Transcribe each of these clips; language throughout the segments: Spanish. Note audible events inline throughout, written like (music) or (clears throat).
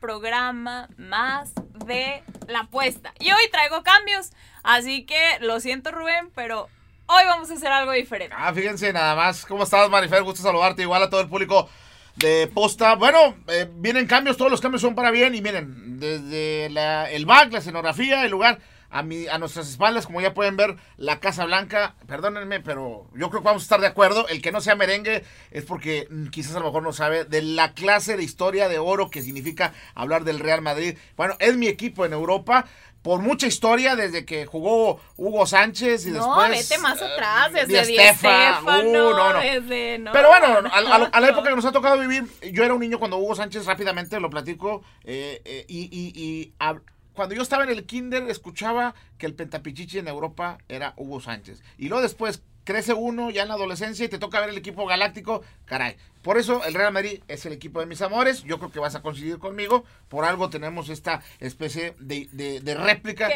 programa más de la apuesta. Y hoy traigo cambios, así que lo siento Rubén, pero hoy vamos a hacer algo diferente. Ah, fíjense, nada más. ¿Cómo estás, Marifer? Gusto saludarte. Igual a todo el público de posta. Bueno, eh, vienen cambios, todos los cambios son para bien. Y miren, desde la- el back, la escenografía, el lugar, a, mi- a nuestras espaldas, como ya pueden ver, la Casa Blanca. Perdónenme, pero yo creo que vamos a estar de acuerdo. El que no sea merengue es porque mm, quizás a lo mejor no sabe de la clase de historia de oro que significa hablar del Real Madrid. Bueno, es mi equipo en Europa. Por mucha historia, desde que jugó Hugo Sánchez y No, después. vete más eh, atrás, Di desde Di Estefa. Estefano, Uh, no, no. desde- no, Pero bueno, no, a, a- (laughs) a la época que no. nos ha tocado vivir, yo era un niño cuando Hugo Sánchez rápidamente lo platico. eh, eh, y y- y hab- cuando yo estaba en el kinder, escuchaba que el pentapichichi en Europa era Hugo Sánchez. Y luego después crece uno ya en la adolescencia y te toca ver el equipo galáctico. Caray. Por eso el Real Madrid es el equipo de mis amores. Yo creo que vas a coincidir conmigo. Por algo tenemos esta especie de, de- de réplica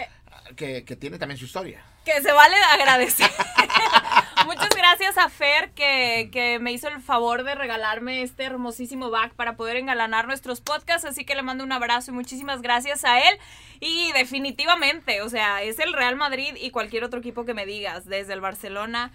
que- que tiene también su historia. Que se vale agradecer. (laughs) Muchas gracias a Fer que, que me hizo el favor de regalarme este hermosísimo back para poder engalanar nuestros podcasts. Así que le mando un abrazo y muchísimas gracias a él. Y definitivamente, o sea, es el Real Madrid y cualquier otro equipo que me digas, desde el Barcelona.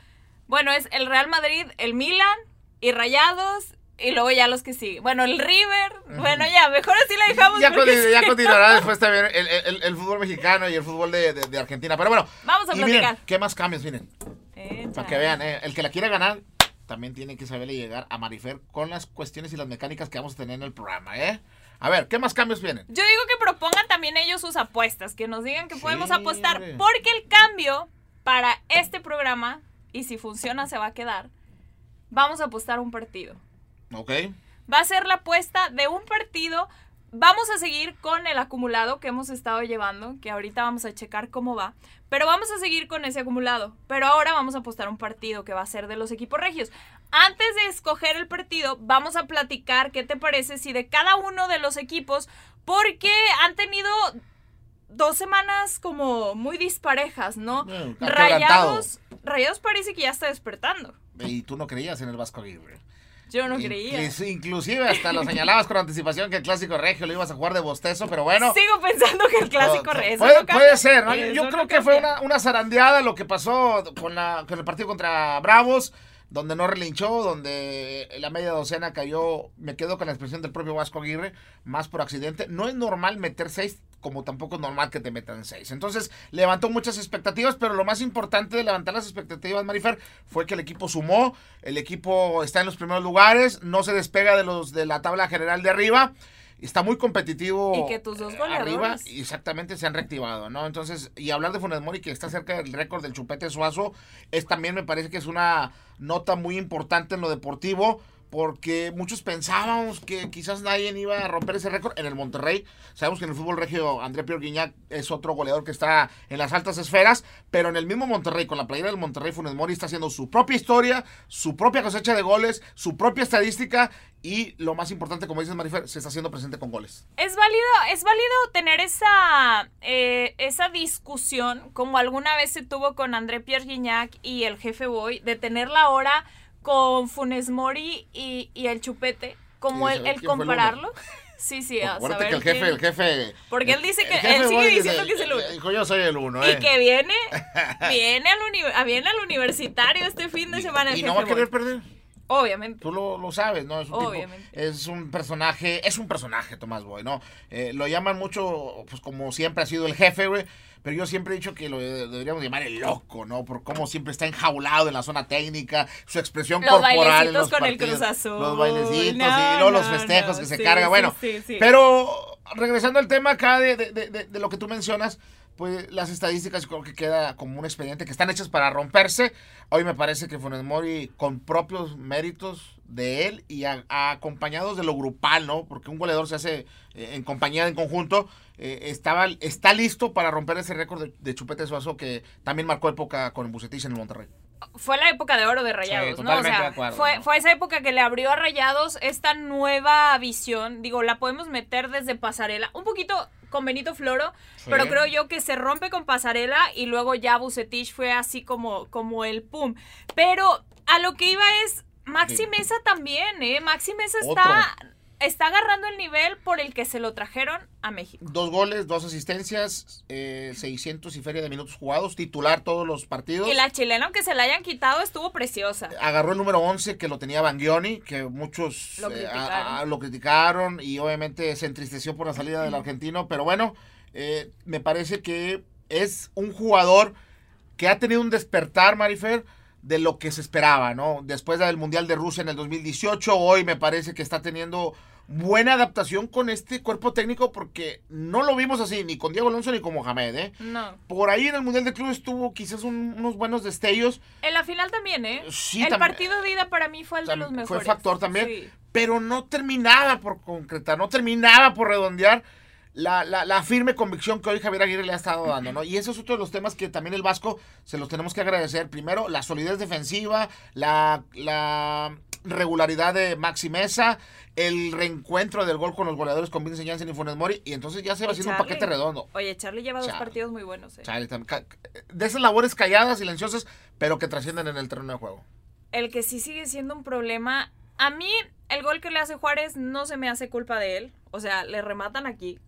Bueno, es el Real Madrid, el Milan y Rayados. Y luego ya los que siguen. Bueno, el River. Bueno, ya, mejor así la dejamos. ya, porque continu- ya sí. continuará después también el, el- el- el fútbol mexicano y el fútbol de, de- de Argentina. Pero bueno, Vamos a y miren, platicar. Ah. ¿Qué más cambios? Miren, para que Échale. vean, eh, el que la quiera ganar también tiene que saberle llegar a Marifer con las cuestiones y las mecánicas que vamos a tener en el programa, ¿eh? A ver, ¿qué más cambios vienen? Yo digo que propongan también ellos sus apuestas, que nos digan que Sí, podemos apostar, hombre. porque el cambio para este programa, y si funciona se va a quedar, vamos a apostar un partido. ¿Ok? Eh, Va a ser la apuesta de un partido. Vamos a seguir con el acumulado que hemos estado llevando, que ahorita vamos a checar cómo va, pero vamos a seguir con ese acumulado. Pero ahora vamos a apostar un partido que va a ser de los equipos regios. Antes de escoger el partido, vamos a platicar qué te parece si de cada uno de los equipos, porque han tenido dos semanas como muy disparejas, ¿no? Eh, está Rayados, Rayados parece que ya está despertando. Y tú no creías en el Vasco Aguirre. Yo no Inclu- creía. Inclusive hasta lo señalabas con (laughs) anticipación que el Clásico Regio lo ibas a jugar de bostezo, pero bueno. Sigo pensando que el clásico Puede- re- eso puede, no cambia. puede ser, ¿no? Yo- Eso Yo no creo que fue cambia. una, una zarandeada lo que pasó con, la, con el partido contra Bravos, donde no relinchó, donde la media docena cayó. Me quedo con la expresión del propio Vasco Aguirre, más por accidente. No es normal meter seis, como tampoco es normal que te metan seis. Entonces, levantó muchas expectativas, pero lo más importante de levantar las expectativas, Marifer, fue que el equipo sumó, el equipo está en los primeros lugares, no se despega de los de la tabla general de arriba. Está muy competitivo. Y que tus dos eh, goleadores. Arriba, y exactamente se han reactivado, ¿no? Entonces, y hablar de Funes Mori que está cerca del récord del Chupete Suazo, es también me parece que es una nota muy importante en lo deportivo. Porque muchos pensábamos que quizás nadie iba a romper ese récord en el Monterrey. Sabemos que en el fútbol regio André Pierre Guignac es otro goleador que está en las altas esferas, pero en el mismo Monterrey, con la playera del Monterrey, Funes Mori está haciendo su propia historia, su propia cosecha de goles, su propia estadística y lo más importante, como dices Marifer, se está haciendo presente con goles. Es válido, es válido tener esa, eh, esa discusión, como alguna vez se tuvo con André Pierre Guignac y el jefe Boy, de tenerla ahora con Funes Mori y, y el Chupete, como Y el, saber el quién fue el uno. compararlo. Sí, sí, a Acuérdate saber que el jefe, quién- el jefe. Porque él dice el que- jefe él sigue Boy dice, diciendo que es el uno. Dijo yo soy el uno, Y eh". que (laughs) viene, viene al, uni- ah, viene al universitario este fin de semana. el Y, y no jefe va a querer Boy. perder. Obviamente. Tú lo, lo sabes, ¿no? Es un, tipo- Obviamente. es un personaje, es un personaje, Tomás Boy, ¿no? Eh, lo llaman mucho, pues como siempre ha sido el jefe, güey. Pero yo siempre he dicho que lo de- deberíamos llamar el loco, ¿no? Por cómo siempre está enjaulado en la zona técnica, su expresión Los corporal. en bailecitos los con el partidos, Cruz Azul. Los bailecitos No, y luego los no, festejos no, que se sí, carga. sí, Bueno, sí, sí. pero regresando al tema acá de, de- de- de- de lo que tú mencionas, pues las estadísticas creo que queda como un expediente que están hechas para romperse. Hoy me parece que Funes Mori, con propios méritos de él y a- a- acompañados de lo grupal, ¿no? Porque un goleador se hace eh, en compañía, en conjunto, eh, estaba, está listo para romper ese récord de, de Chupete Suazo que también marcó época con Bucetich en el Monterrey. fue la época de oro de Rayados, ¿no? O totalmente sea, de acuerdo, fue, ¿no? fue esa época que le abrió a Rayados esta nueva visión. Digo, la podemos meter desde pasarela. Un poquito con Benito Floro, pero creo yo que se rompe con pasarela y luego ya Bucetich fue así como, como el pum. Pero a lo que iba es. Maxi Sí. Mesa también, ¿eh? Maxi Mesa Otro. está está agarrando el nivel por el que se lo trajeron a México. Dos goles, dos asistencias, eh, 600 y feria de minutos jugados, titular todos los partidos. Y la chilena, aunque se la hayan quitado, estuvo preciosa. Agarró el número 11 que lo tenía Bangioni, que muchos Lo eh, a- criticaron. a- lo criticaron y obviamente se entristeció por la salida (clears throat) del argentino, pero bueno, eh, me parece que es un jugador que ha tenido un despertar, Marifer, de lo que se esperaba, ¿no? Después del Mundial de Rusia en el 2018, hoy me parece que está teniendo buena adaptación con este cuerpo técnico porque no lo vimos así, ni con Diego Alonso ni con Mohamed, ¿eh? No. Por ahí en el Mundial de Clubes tuvo quizás un- unos buenos destellos, En la final también, ¿eh? Sí, el tam- partido de ida para mí fue el de tam- los fue mejores. factor también. Sí. pero no terminaba por concretar, no terminaba por redondear la, la- la firme convicción que hoy Javier Aguirre le ha estado dando, ¿no? Y eso es otro de los temas que también el Vasco se los tenemos que agradecer. Primero, la solidez defensiva, la, la regularidad de Maxi Mesa, el reencuentro del gol con los goleadores con Vincent Janssen y Funes Mori, y entonces ya se Y va haciendo un Charlie. paquete redondo. Oye, Charlie lleva dos Charlie. partidos muy buenos, ¿eh? Chale, tam- ca- De esas labores calladas, silenciosas, pero que trascienden en el terreno de juego. El que sí sigue siendo un problema. A mí, el gol que le hace Juárez no se me hace culpa de él. O sea, le rematan aquí.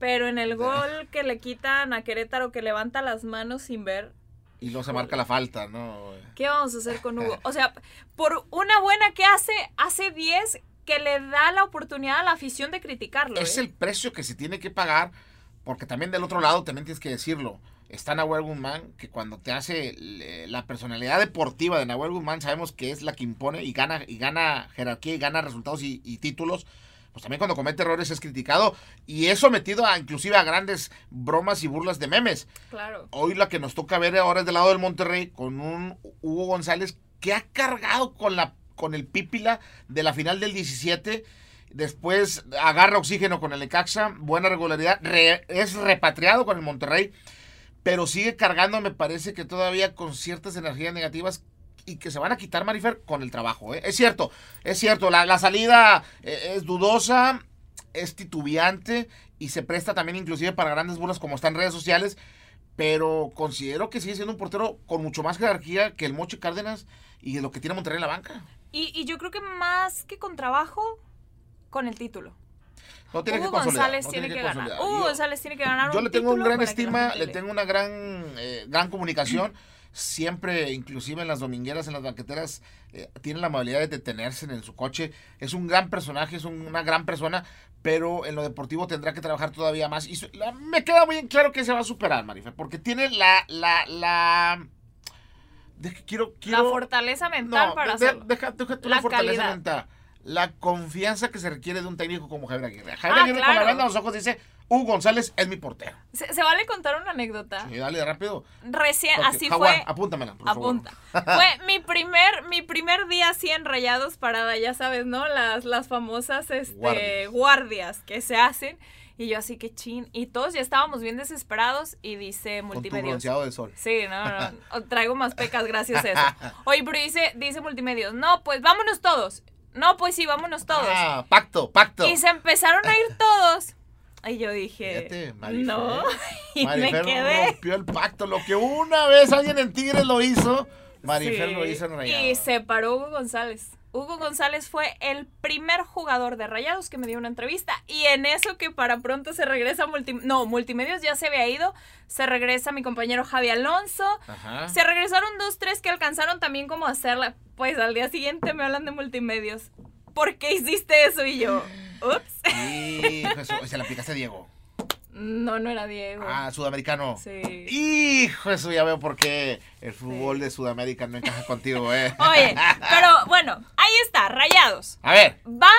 Pero en el gol que le quitan a Querétaro, que levanta las manos sin ver, Y luego se marca la falta, ¿no? ¿Qué vamos a hacer con Hugo? O sea, por una buena que hace, hace 10 que le da la oportunidad a la afición de criticarlo. Es ¿eh? el precio que se tiene que pagar, porque también del otro lado también tienes que decirlo. Está Nahuel Guzmán, que cuando te hace eh, la personalidad deportiva de Nahuel Guzmán, sabemos que es la que impone y gana, y gana jerarquía y gana resultados y, y títulos. Pues también cuando comete errores es criticado y es sometido a, inclusive a grandes bromas y burlas de memes. Claro. Hoy la que nos toca ver ahora es del lado del Monterrey con un Hugo González que ha cargado con la con el pípila de la final del 17. Después agarra oxígeno con el Necaxa, buena regularidad, re- es repatriado con el Monterrey, pero sigue cargando, me parece que todavía con ciertas energías negativas y que se van a quitar, Marifer, con el trabajo. ¿eh? Es cierto, es cierto, la, la salida eh, es dudosa, es titubeante y se presta también inclusive para grandes burlas como están en redes sociales, pero considero que sigue siendo un portero con mucho más jerarquía que el Moche Cárdenas y lo que tiene Monterrey en la banca. Y, y yo creo que más que con trabajo, con el título. No tiene Hugo que consolidar, González no tiene que, ganar. consolidar. Hugo Yo- González tiene que ganar. Yo le tengo título una gran para que la estima, gente le tengo una gran, eh, gran comunicación. Siempre, inclusive en las domingueras, en las banqueteras, eh, tiene la amabilidad de detenerse en su coche. Es un gran personaje, es un- una gran persona, pero en lo deportivo tendrá que trabajar todavía más. Y su- la- me queda muy en claro que se va a superar, Marife, porque tiene la... la, la de que quiero, La quiero, fortaleza mental no, para de- hacerlo. deja, deja tú La la, fortaleza calidad. mental. La confianza que se requiere de un técnico como Javier Aguirre. Javier Ah, Aguirre con claro. la banda en los ojos dice, Hugo González es mi portero. Se, se vale contar una anécdota. Y dale rápido. Recién, Porque- Ah. Eh, así Jaguar, fue. apúntamela, ah, por favor. Apunta. Fue mi primer, mi primer día así en Rayados Parada, ya sabes, ¿no? Las, las famosas este, Guardias. guardias. que se hacen. Y yo así que chin. Y todos ya estábamos bien desesperados y dice Con tu multimedios. bronceado de sol. Sí, no, no, no, Traigo más pecas gracias a (laughs) eso. Oye, pero dice, dice multimedios, no, pues vámonos todos. No, pues sí, vámonos todos. Ah, pacto, pacto. Y se empezaron a ir (laughs) todos. Y yo dije, Fíjate, Marifer. eh. no. (laughs) Y Marifer me quedé. rompió el pacto. Lo que una vez alguien en Tigres lo hizo, Marifer Sí. lo hizo en Rayados. Y se paró Hugo González. Hugo González fue el primer jugador de Rayados que me dio una entrevista y en eso que para pronto se regresa multi no, Multimedios ya se había ido, se regresa mi compañero Javi Alonso, Ajá. se regresaron dos tres que alcanzaron también como a hacerla, pues al día siguiente me hablan de Multimedios. ¿Por qué hiciste eso y yo? Ups. Hijo, eso, se la aplicaste a Diego. No, no era Diego. Ah, sudamericano. Sí. Hijo, eso ya veo por qué el fútbol de Sudamérica no encaja contigo, (laughs) eh. Oye, pero bueno, ahí está, Rayados. A ver, va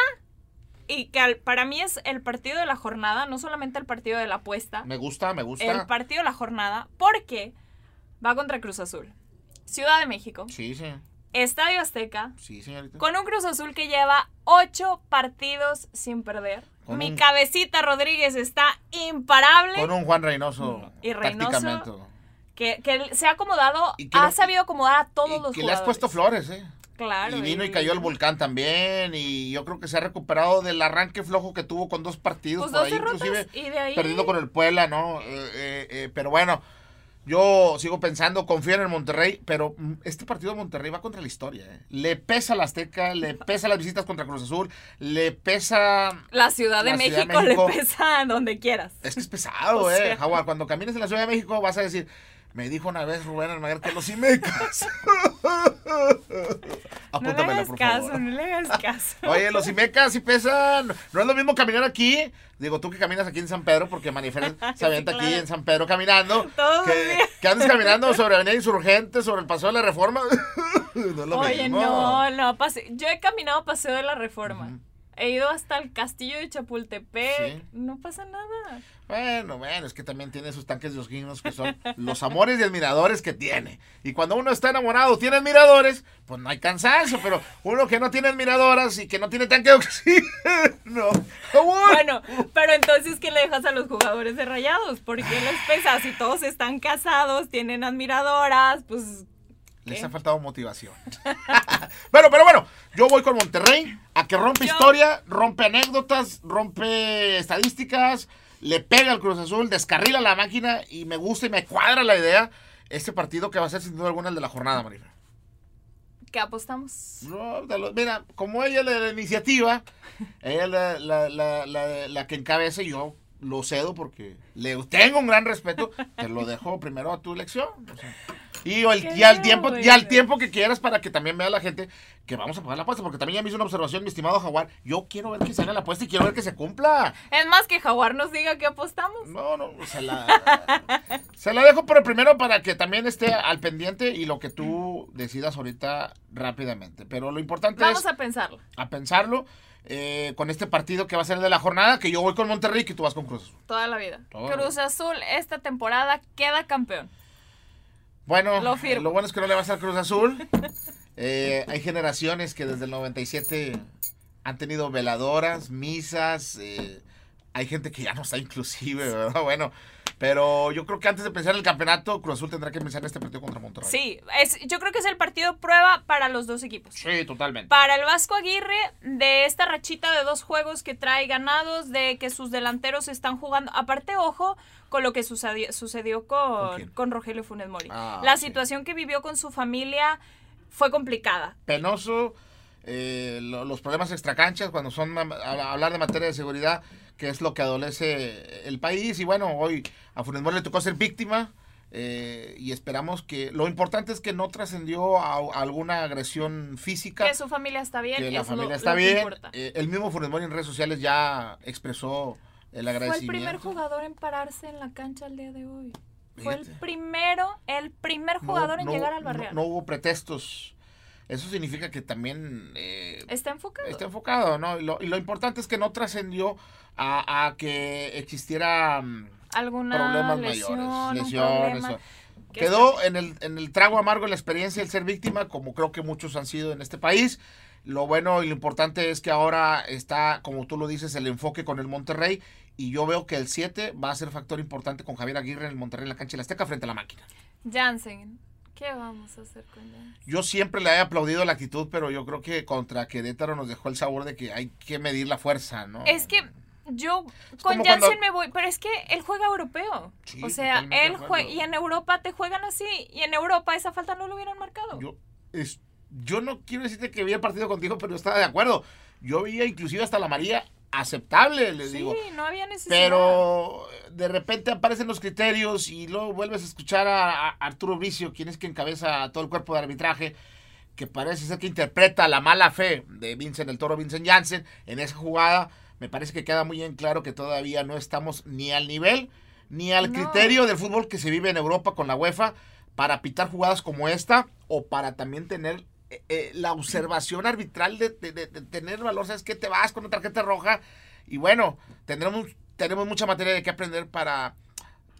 y que al- para mí es el partido de la jornada, no solamente el partido de la apuesta, me gusta, me el gusta. partido de la jornada, porque va contra Cruz Azul, Ciudad de México, Sí, sí, Estadio Azteca, sí, señorita. con un Cruz Azul que lleva ocho partidos sin perder. Con Mi un- cabecita Rodríguez está imparable, Con un Juan Reynoso. Y Reynoso, prácticamente. que, que se ha acomodado, Y que ha le- sabido acomodar a todos Y los que jugadores. le has puesto flores, ¿eh? Claro. y vino y cayó el volcán también. Y yo creo que se ha recuperado del arranque flojo que tuvo con dos Pues partidos por dos ahí, derrotas inclusive y de ahí... perdiendo con el Puebla, ¿no? Eh, eh, eh, pero bueno, Yo sigo pensando, confío en el Monterrey, pero mm, este partido de Monterrey va contra la historia. ¿eh? Le pesa la (laughs) Azteca, le pesa las visitas contra Cruz Azul, le pesa... La Ciudad de, La Ciudad de México, México. le pesa donde quieras. Es que es pesado, (laughs) O ¿eh? sea. Jaguar, cuando camines en la Ciudad de México vas a decir, me dijo una vez Rubén Almaguer que (laughs) los Imecas... No le Apúntamela, hagas por caso, favor. no le (laughs) hagas caso. Oye, los Imecas sí pesan. No es lo mismo caminar aquí. Digo, tú que caminas aquí en San Pedro, porque Manifer se (laughs) avienta Sí, aquí claro. en San Pedro caminando. Todo que, bien. que andes caminando sobre Avenida Insurgente, sobre el Paseo de la Reforma. (laughs) no es lo Oye, mismo. no, no, pase- yo he caminado Paseo de la Reforma. Ujú. He ido hasta el castillo de Chapultepec. Sí. No pasa nada. Bueno, bueno, es que también tiene sus tanques de ojinos que son los amores y admiradores que tiene. Y cuando uno está enamorado, tiene admiradores, pues no hay cansancio. Pero uno que no tiene admiradoras y que no tiene tanque de oxígeno. (laughs) Bueno, pero entonces, ¿qué le dejas a los jugadores de rayados? ¿Por qué les pesa? Si todos están casados, tienen admiradoras, pues. Les ¿Qué? ha faltado motivación. (laughs) bueno, pero bueno, yo voy con Monterrey a que rompe Yo- historia, rompe anécdotas, rompe estadísticas, le pega al Cruz Azul, descarrila la máquina y me gusta y me cuadra la idea. Este partido que va a ser sin duda alguna el de la jornada, Marina. ¿Qué apostamos? No, de lo- Mira, como ella es la de la iniciativa, ella es la, la- la- la- la que encabeza y yo lo cedo porque le tengo un gran respeto, te lo dejo primero a tu elección. o sea, y al- Qué y al bien, tiempo, güey. y al tiempo que quieras para que también vea la gente que vamos a pagar la apuesta, porque también ya me hizo una observación, mi estimado Jaguar, yo quiero ver que se haga la apuesta y quiero ver que se cumpla. Es más que Jaguar nos diga qué apostamos. No, no, se la, se la dejo pero primero para que también esté al pendiente y lo que tú decidas ahorita rápidamente. Pero lo importante es Vamos a pensarlo. a pensarlo eh, con este partido que va a ser el de la jornada, que yo voy con Monterrey y que tú vas con Cruz Azul. Toda la vida. Todo. Cruz Azul esta temporada queda campeón. Bueno, Lo lo, firmo. bueno es que no le vas al (laughs) Cruz Azul. Eh, hay generaciones que desde el 97 han tenido veladoras, misas. eh, hay gente que ya no está inclusive, ¿verdad? Bueno, pero yo creo que antes de pensar en el campeonato, Cruz Azul tendrá que pensar en este partido contra Monterrey. Sí, es, yo creo que es el partido prueba para los dos equipos. Sí, totalmente. Para el Vasco Aguirre, de esta rachita de dos juegos que trae ganados, de que sus delanteros están jugando. Aparte, ojo con lo que sucedió, sucedió ¿Con con, quién? con Rogelio Funes Mori. Ah, La sí. situación que vivió con su familia fue complicada. penoso. eh, lo- los problemas extracanchas cuando son mam- habla- hablar de materia de seguridad, que es lo que adolece el país. Y bueno, hoy a Funes Mori le tocó ser víctima. eh, y esperamos que lo importante es que no trascendió a, a alguna agresión física Que su familia está bien. que la es lo- familia lo está que bien importa. Eh, el mismo Funes Mori en redes sociales ya expresó el Fue el agradecimiento primer jugador en pararse en la cancha el día de hoy. Fue el Fíjate. primero, el primer No- jugador en no- llegar al no- barrio. no hubo pretextos eso significa que también eh, Está enfocado. Está enfocado, ¿no? Y lo, y lo importante es que no trascendió a, a que existiera mm, Alguna problemas lesión, un mayores, lesiones. problema o- que- Quedó en el, en el trago amargo la experiencia del ser víctima, como creo que muchos han sido en este país. Lo bueno y lo importante es que ahora está, como tú lo dices, el enfoque con el Monterrey. Y yo veo que el 7 va a ser factor importante con Javier Aguirre en el Monterrey en la cancha de la Azteca frente a la máquina. Jansen, ¿qué vamos a hacer con Jansen? Yo siempre le he aplaudido la actitud, pero yo creo que contra Querétaro nos dejó el sabor de que hay que medir la fuerza, ¿no? Es que yo con Ah. como Jansen cuando- me voy, pero es que él juega europeo. Sí, o sea, totalmente él de juega acuerdo. y en Europa te juegan así y en Europa esa falta no lo hubieran marcado. Yo, es, yo no quiero decirte que vi el partido contigo, pero yo estaba de acuerdo. Yo veía inclusive hasta la María aceptable, les sí, digo. no había necesidad. Pero de repente aparecen los criterios y luego vuelves a escuchar a, a Arturo Bricio, quien es que encabeza todo el cuerpo de arbitraje, que parece ser que interpreta la mala fe de Vincent el Toro, Vincent Janssen, en esa jugada. Me parece que queda muy en claro que todavía no estamos ni al nivel ni al No. criterio del fútbol que se vive en Europa con la UEFA para pitar jugadas como esta o para también tener eh, eh, la observación arbitral de, de- de- de tener valor. Sabes que te vas con una tarjeta roja y bueno, tendremos, tenemos mucha materia de que aprender para,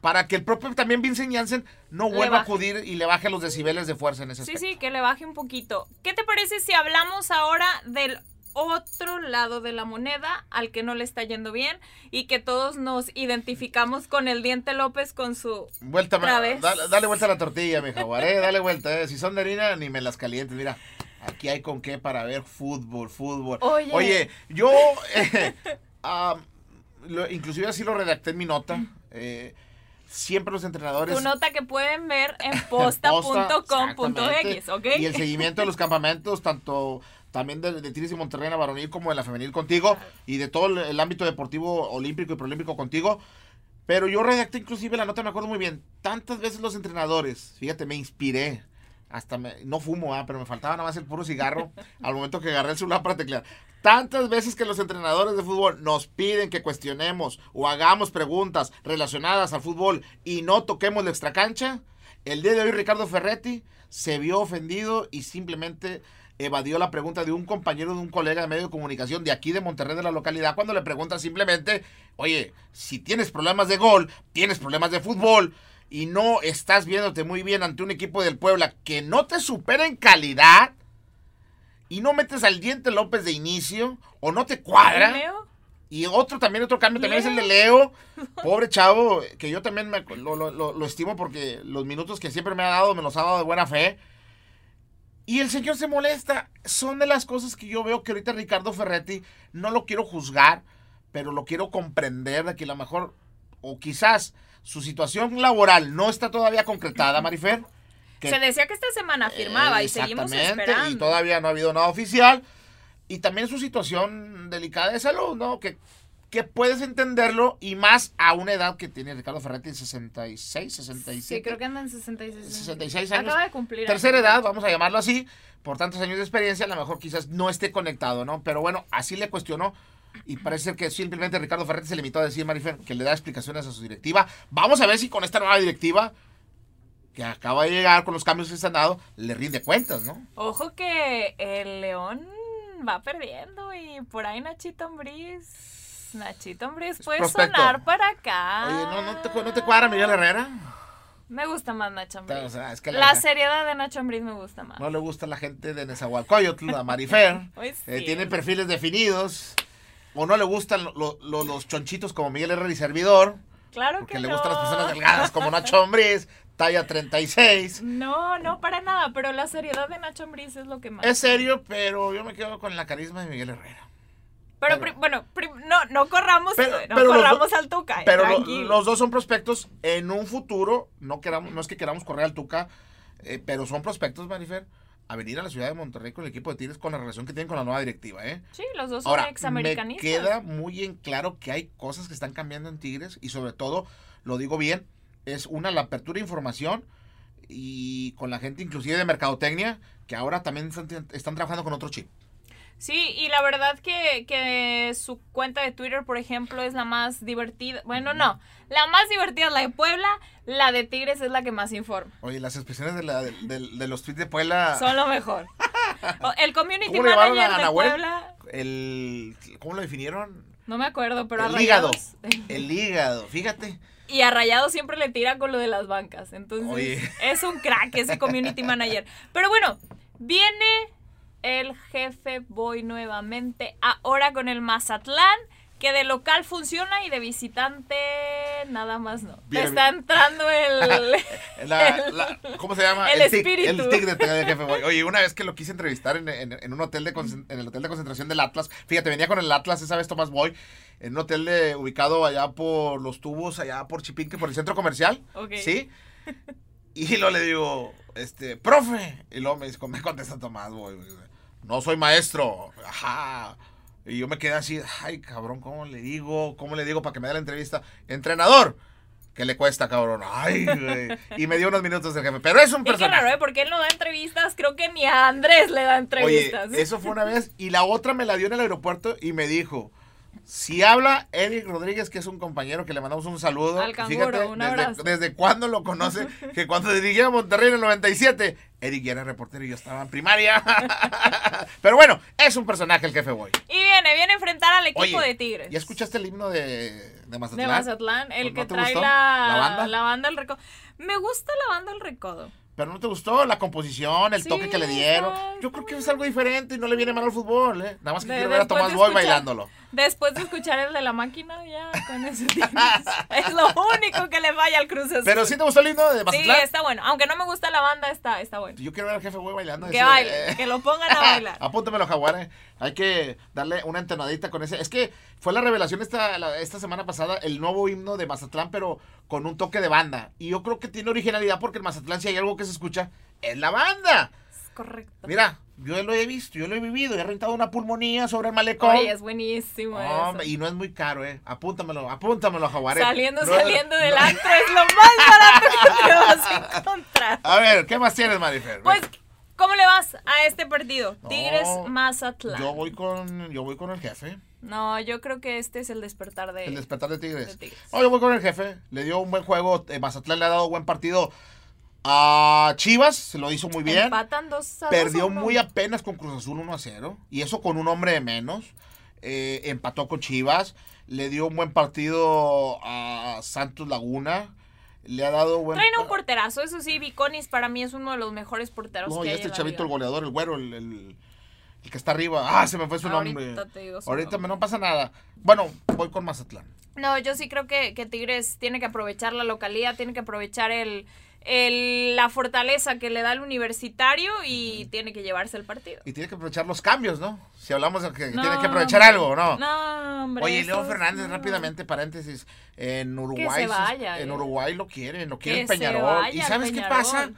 para que el propio también Vincent Janssen no Le vuelva a baje. acudir y le baje los decibeles de fuerza en ese Sí, aspecto. sí, que le baje un poquito. ¿Qué te parece si hablamos ahora del otro lado de la moneda al que no le está yendo bien y que todos nos identificamos con el diente López con su Vuelta, ma- Otra vez. Dale, dale vuelta a la tortilla, mi jaguar, eh, dale vuelta. eh. Si son de harina, ni me las calientes. Mira, aquí hay con qué para ver fútbol, fútbol. Oye. yo, ah, eh, am, lo- inclusive así lo redacté en mi nota. eh, siempre los entrenadores. Tu nota que pueden ver (laughs) en Posta, posta.com.x, ¿ok? exactamente. Y el seguimiento de los campamentos, tanto también de, de Tigres y Monterrey en la varonil como de la femenil contigo y de todo el, el ámbito deportivo olímpico y preolímpico contigo. Pero yo redacté inclusive la nota, me acuerdo muy bien, tantas veces los entrenadores, fíjate, me inspiré. Hasta me, no fumo, ah, pero me faltaba nada más el puro cigarro (laughs) al momento que agarré el celular para teclear. Tantas veces que los entrenadores de fútbol nos piden que cuestionemos o hagamos preguntas relacionadas al fútbol y no toquemos la extracancha, el día de hoy Ricardo Ferretti se vio ofendido y simplemente evadió la pregunta de un compañero de un colega de medio de comunicación de aquí de Monterrey de la localidad cuando le pregunta simplemente, oye, si tienes problemas de gol, tienes problemas de fútbol y no estás viéndote muy bien ante un equipo del Puebla que no te supera en calidad y no metes al diente López de inicio o no te cuadra. Leo, Y otro también, otro cambio también es el de Leo. Pobre chavo, que yo también me- lo, lo- lo- lo estimo porque los minutos que siempre me ha dado me los ha dado de buena fe. Y el señor se molesta. Son de las cosas que yo veo que ahorita Ricardo Ferretti no lo quiero juzgar, pero lo quiero comprender de que a lo mejor, o quizás su situación laboral no está todavía concretada, Marifer. que- Se decía que esta semana firmaba y seguimos Exactamente, esperando. Y todavía no ha habido nada oficial. Y también su situación delicada de salud, ¿no? Que, que puedes entenderlo y más a una edad que tiene Ricardo Ferretti, 66, 67. Sí, creo que andan 66 66 años. Acaba de cumplir. Tercera edad, vamos a llamarlo así, por tantos años de experiencia, a lo mejor quizás no esté conectado, ¿no? Pero bueno, así le cuestionó y parece ser que simplemente Ricardo Ferretti se limitó a decir, Marifer, que le da explicaciones a su directiva. Vamos a ver si con esta nueva directiva que acaba de llegar, con los cambios que se han dado, le rinde cuentas, ¿no? Ojo que el León va perdiendo y por ahí Nachito Ambriz. Nachito Ambriz puede prospecto. sonar para acá. Oye, ¿no, no, te, cu- Ah. no te cuadra Miguel Herrera? Me gusta más Nacho Ambriz. O sea, es que la La neta, seriedad de Nacho Ambriz me gusta más. no le gusta la gente de Nezahualcóyotl, a Marifer. (laughs) Hoy Eh, Pues sí. tiene perfiles definidos. O no le gustan lo- lo- lo- los chonchitos como Miguel Herrera y servidor. Claro Porque que le no. gustan las personas delgadas como Nacho Ambriz, (laughs) talla 36. No, no, para nada, pero la seriedad de Nacho Ambriz es lo que más. Es serio, pero yo me quedo con la carisma de Miguel Herrera. pero pero- pri- bueno, pri- no, no corramos, Pero- no pero los corramos al Tuca. eh, Pero lo- tranquilo. los dos son prospectos en un futuro. No, queramos, no es que queramos correr al Tuca, eh, pero son prospectos, Marifer, a venir a la ciudad de Monterrey con el equipo de Tigres con la relación que tienen con la nueva directiva, ¿eh? Sí, los dos Ahora, Pues son me examericanistas. queda muy en claro que hay cosas que están cambiando en Tigres y sobre todo, lo digo bien, es una la apertura de información y con la gente inclusive de Mercadotecnia que ahora también están, están trabajando con otro chip. Sí, y la verdad que, que su cuenta de Twitter, por ejemplo, es la más divertida. Bueno, no, la más divertida es la de Puebla, la de Tigres es la que más informa. Oye, las expresiones de, la- del- del- de los tweets de Puebla, Son lo (laughs) mejor. O- El community Ah. ¿Cómo le llamaron manager a de Nahuel? Puebla, el, ¿cómo lo definieron? no me acuerdo, pero a El hígado. Rayados. El hígado, fíjate. Y a Rayados siempre le tira con lo de las bancas. Entonces, Oye. es un crack ese community manager. Pero bueno, viene el jefe Boy nuevamente, ahora con el Mazatlán, que de local funciona y de visitante nada más no. Bien. Está entrando (laughs) el... La- la- ¿Cómo se llama? el tic, espíritu. el tic de, de jefe Boy. Oye, una vez que lo quise entrevistar en, en- en un hotel de concen- en el hotel de concentración del Atlas. Fíjate, venía con el Atlas esa vez Tomás Boy en un hotel de- ubicado allá por los tubos, allá por Chipinque, por el centro comercial. Ok. ¿Sí? Y (laughs) lo le digo, este, profe. Y luego me, dice- me contesta Tomás Boy. me dice, No soy maestro. Ajá. Y yo me quedé así, ay, cabrón, ¿cómo le digo? ¿Cómo le digo para que me dé la entrevista? Entrenador. ¿Qué le cuesta, cabrón? Ay, güey. Y me dio unos minutos el jefe. Pero es un Y (laughs) qué personaje. raro, ¿eh? Porque él no da entrevistas, creo que ni a Andrés le da Oye, entrevistas. eso fue una vez. Y la otra me la dio en el aeropuerto y me dijo: Si habla Eric Rodríguez, que es un compañero que le mandamos un saludo. Al canguro, un abrazo. desde, desde cuándo (laughs) lo conoce, que cuando dirigía a Monterrey en el 97, Eric ya era reportero y yo estaba en primaria. (laughs) Pero bueno, es un personaje el jefe Boy. Y viene, viene a enfrentar al equipo Oye, de Tigres. ¿Ya escuchaste el himno de, de De Mazatlán? Mazatlán, el ¿No que te trae gustó? la, ¿La banda? del recodo. Me gusta la banda del recodo. Pero no te gustó la composición, el Sí, toque que le dieron. está- Yo creo que es algo diferente y no le viene mal al fútbol, ¿eh? Nada más que De- quiero ver a después de Tomás Boy escuchar- bailándolo. Después de escuchar el de la máquina, ya con eso (laughs) tienes. Es lo único que le falla al Cruz Azul. Pero sí te gustó el himno de Sí, Mazatlán. está bueno. Aunque no me gusta la banda, está, está bueno. Yo quiero ver al jefe güey bailando. Que ese, baile, eh. Ah, que lo pongan a bailar. (laughs) Apúntame los jaguares. Hay que darle una entonadita con ese. Es que fue la revelación esta, la- esta semana pasada, el nuevo himno de Mazatlán, pero con un toque de banda. Y yo creo que tiene originalidad porque en Mazatlán, si hay algo que se escucha, es la banda. Es correcto. Mira, yo lo he visto, yo lo he vivido. He rentado una pulmonía sobre el malecón. Oye, es buenísimo Hombre, eso. y no es muy caro, ¿eh? Apúntamelo, apúntamelo, jaguares. Saliendo, No- saliendo del no- antro es lo más barato que te vas a (laughs) encontrar. A ver, ¿qué más tienes, Marifer? Pues, ¿cómo le vas a este partido? No, Tigres Mazatlán. Yo voy con, yo voy con el jefe. No, yo creo que este es el despertar de. El despertar de Tigres. de Tigres. No, yo voy con el jefe. Le dio un buen juego. eh, Mazatlán le ha dado buen partido a Chivas. Se lo hizo muy bien. Empatan dos a dos, Perdió ¿o no? muy apenas con Cruz Azul 1 a 0. Y eso con un hombre de menos. Eh, empató con Chivas. Le dio un buen partido a Santos Laguna. Le ha dado buen. Traen un porterazo, eso sí, Viconis para mí es uno de los mejores porteros No, que y hay este en la chavito, el liga. goleador, el güero, el, el- el que está arriba. Ah, se me fue su Ahorita nombre. te digo su Ahorita nombre. me no pasa nada. Bueno, voy con Mazatlán. No, yo sí creo que, que Tigres tiene que aprovechar la localidad, tiene que aprovechar el, el- la fortaleza que le da el universitario y tiene que llevarse el partido. Y tiene que aprovechar los cambios, ¿no? Si hablamos de que No, tiene que aprovechar hombre. algo, ¿no? No, hombre. Oye, Leo esos- Fernández, no. rápidamente, paréntesis. En Uruguay. se sí- vaya, en eh. Uruguay lo quieren, lo Que quieren se Peñarol. vaya ¿Y el sabes qué Peñarol. pasa?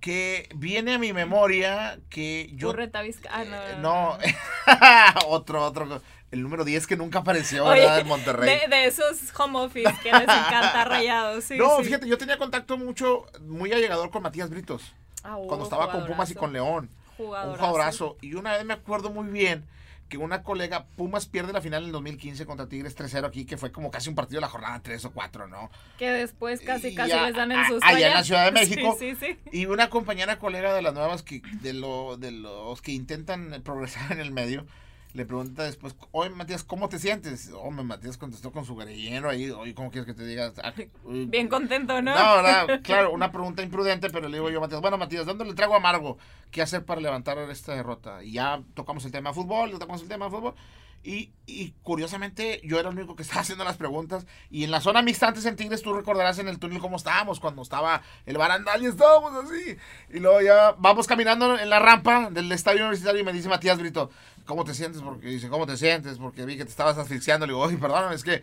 Que viene a mi memoria que yo. Urreta Vizca- ah, no, eh, no, no. (laughs) otro, otro. El número 10 que nunca apareció, Oye, ¿verdad? En Monterrey. De, de esos home office que les (laughs) encanta rayados. Sí, no, sí. fíjate, yo tenía contacto mucho, muy allegador con Matías Britos. Ah, uh, cuando estaba con Pumas y jugadorazo, con León. Un jugadorazo. Y una vez me acuerdo muy bien que una colega, Pumas pierde la final en 2015 contra Tigres 3-0 aquí, que fue como casi un partido de la jornada 3 o 4, ¿no? Que después casi Y casi a- les dan en a- sus allá en la fallas. Ciudad de México. (laughs) Sí, sí, sí. Y una compañera colega de las nuevas, que, de, lo, de los que intentan progresar en el medio, le pregunta después, oye Matías, ¿cómo te sientes? Hombre, Matías contestó con su guerrillero ahí, oye, ¿cómo quieres que te diga? Ah, uy, Bien contento, ¿no? No, ¿verdad? claro, una pregunta imprudente, pero le digo yo a Matías, bueno, Matías, dándole trago amargo, ¿qué hacer para levantar esta derrota? Y ya tocamos el tema de fútbol, tocamos el tema de fútbol, y, y curiosamente yo era el único que estaba haciendo las preguntas, y en la zona mixta antes en Tigres, tú recordarás en el túnel cómo estábamos, cuando estaba el barandal y estábamos así, y luego ya vamos caminando en la rampa del estadio universitario y me dice Matías Brito, ¿cómo te sientes? Porque dice, ¿cómo te sientes? Porque vi que te estabas asfixiando, le digo, oye, perdón, es que...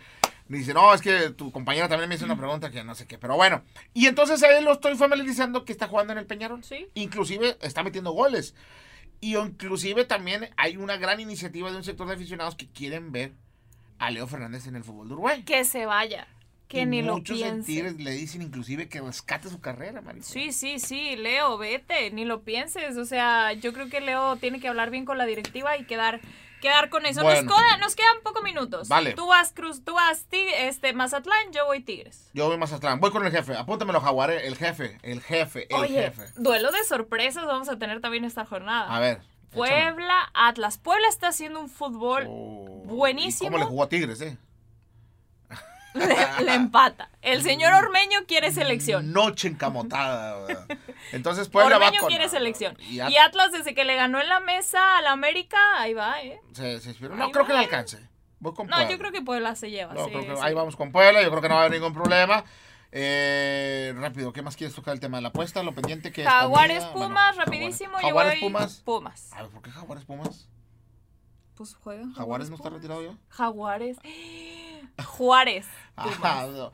Me dice, no, es que tu compañera también me hizo una pregunta que no sé qué, pero bueno. Y entonces a él lo estoy familiarizando que está jugando en el Peñarol. Sí. Inclusive está metiendo goles. Y inclusive también hay una gran iniciativa de un sector de aficionados que quieren ver a Leo Fernández en el fútbol de Uruguay. Que se vaya. Que Y ni lo muchos en piense. Tigres le dicen inclusive que rescate su carrera, Marisol. Sí, sí, sí, Leo, vete, ni lo pienses. O sea, yo creo que Leo tiene que hablar bien con la directiva y quedar, quedar con eso. Bueno. Nos, queda- nos quedan pocos minutos. Vale. Tú vas Cruz, tú vas Tig- este, Mazatlán, yo voy Tigres. Yo voy más atrás. Voy con el jefe. Apúntamelo, Jaguaré. El jefe, el jefe, el Oye, jefe. duelo de sorpresas vamos a tener también esta jornada. A ver. échame. Puebla, Atlas. Puebla está haciendo un fútbol Oh, ¿y buenísimo. ¿Cómo le jugó a Tigres, eh? Oh. (laughs) le, le empata. El señor Mm. Ormeño quiere selección. (laughs) Noche encamotada. ¿verdad? Entonces Puebla va Ormeño con- quiere selección. Y Y, At- Atlas, desde que le ganó en la mesa a la América, ahí va, ¿eh? se- se inspiró. Ahí No creo que le va. alcance. Voy con No, Puebla. yo creo que Puebla se lleva. No, sí, creo que- sí. Ahí vamos con Puebla. Yo creo que no va a haber ningún problema. Eh, rápido, ¿qué más quieres tocar el tema de la apuesta? Lo pendiente que es Jaguares comida. Bueno, Pumas, Jaguares- rapidísimo. yo Jaguares voy Pumas. Pumas. A ver, ¿por qué Jaguares Pumas? Pues juegan. ¿Jaguares no está Pumas. retirado ya? Jaguares. (gasps) Juárez. Ah, (laughs) no.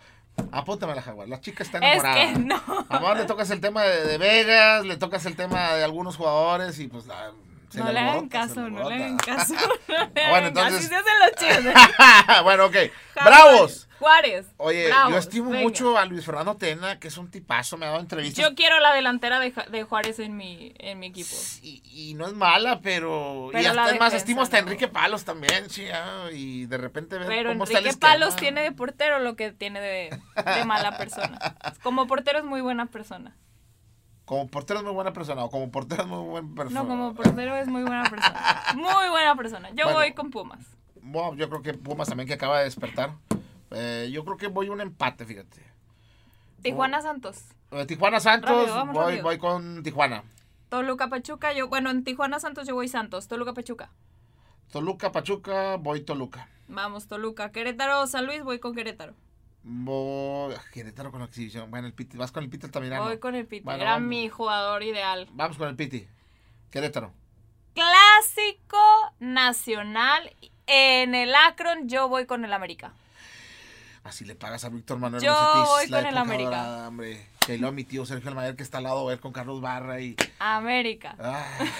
Apúntame a la Jaguar. La chica está Ah, Es enamorada. que no. A Mar le tocas el tema de, de Vegas, le tocas el tema de algunos jugadores y pues la- se No le hagan alborota, se caso, no le alborota. hagan caso. (laughs) no le Ah, Bueno, hagan caso, entonces- Así se hacen los chismes. bueno, ok. Jaguares, (laughs) ¡Bravos! Juárez. Oye, yo Bravos, estimo venga. mucho a Luis Fernando Tena, que es un tipazo, me ha dado entrevistas. Yo quiero la delantera de, Ja- de Juárez en mi, en mi equipo. Y, y no es mala, pero. y Pero hasta, la es más, defensa, estimo hasta no. Enrique Palos también, sí, ah, y de repente ver Pero cómo Enrique está el Palos esquema. tiene de portero lo que tiene de, de mala persona. Como portero es muy buena persona. Como portero es muy buena persona, o como portero es muy buena persona. No, como portero es muy buena persona. Muy buena persona. Yo Bueno. voy con Pumas. Bueno, yo creo que Pumas también que acaba de despertar. Eh, yo creo que voy un empate, fíjate. Tijuana Santos. Eh, Tijuana Santos, Rápido, vamos, voy, rápido. voy con Tijuana. Toluca Pachuca. Yo, bueno, en Tijuana Santos yo voy Santos. Toluca Pachuca. Toluca, Pachuca, voy Toluca. Vamos, Toluca. Querétaro, San Luis, voy con Querétaro. Voy ah, Querétaro con la exhibición. Bueno, el Piti. Vas con el Piti Altamirano. Voy con el Piti. Bueno, Era vamos. mi jugador ideal. Vamos con el Piti. Querétaro. Clásico nacional. En el Akron, yo voy con el América. Así le pagas a Víctor Manuel Yo Bucetich, voy la con el época América. dorada, hombre. Que luego mi tío Sergio Almader que está al lado a ver con Carlos Barra y... América. Ay,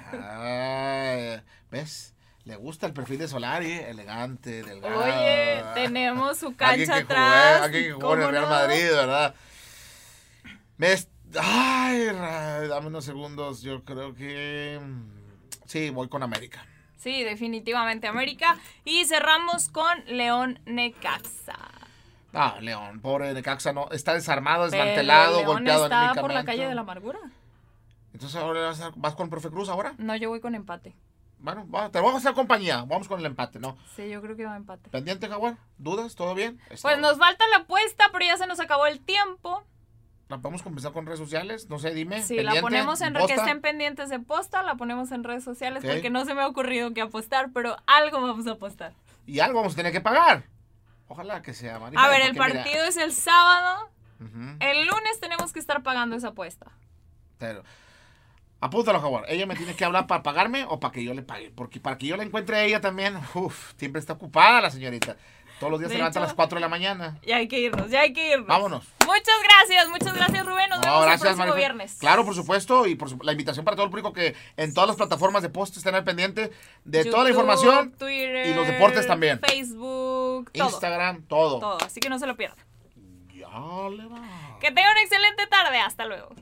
(laughs) ay, ¿Ves? Le gusta el perfil de Solari, elegante, delgado. Oye, tenemos su Alguien cancha que jugó- atrás. alguien que jugó en el ¿cómo Real no? Madrid, ¿verdad? Me es- Ay, ra- dame unos segundos. Yo creo que... mm, Sí, voy con América. Sí, definitivamente América. Y cerramos con León Necaxa. Ah, León, pobre Necaxa, no, está desarmado, Pero desmantelado, León golpeado está por la anímicamente. calle de la amargura. Entonces ahora vas, a- vas con Profe Cruz ahora. No, yo voy con empate. Bueno, va- te vamos a hacer compañía. Vamos con el empate, ¿no? Sí, yo creo que va a empate. Pendiente, Jaguar. ¿Dudas? ¿Todo bien? Está Pues bien. nos falta la apuesta, pero ya se nos acabó el tiempo. La podemos compensar con redes sociales. No sé, dime. Si la Eh, pendiente, ponemos en re- que posta. estén pendientes de posta, la ponemos en redes sociales Ok. porque no se me ha ocurrido que apostar, pero algo vamos a apostar. Y algo vamos a tener que pagar. Ojalá que sea, María. A ver, el partido es el sábado. El lunes tenemos que estar pagando esa apuesta. Pero, apúntalo, Jaguar. Ella me tiene que hablar para pagarme o para que yo le pague. Porque para que yo la encuentre a ella también, uff, siempre está ocupada la señorita. Todos los días De se levanta a hecho- las 4 de la mañana. Ya hay que irnos, ya hay que irnos. Vámonos. Muchas gracias, muchas gracias Rubén. Nos No, vemos el gracias, próximo Marifer. viernes. Claro, por supuesto, y por su- la invitación para todo el público que en todas las plataformas de post estén al pendiente de toda la YouTube, información, Twitter, y los deportes también. Facebook, todo. Instagram, todo. Todo, así que no se lo pierdan. Ya le va. Que tengan una excelente tarde. Hasta luego.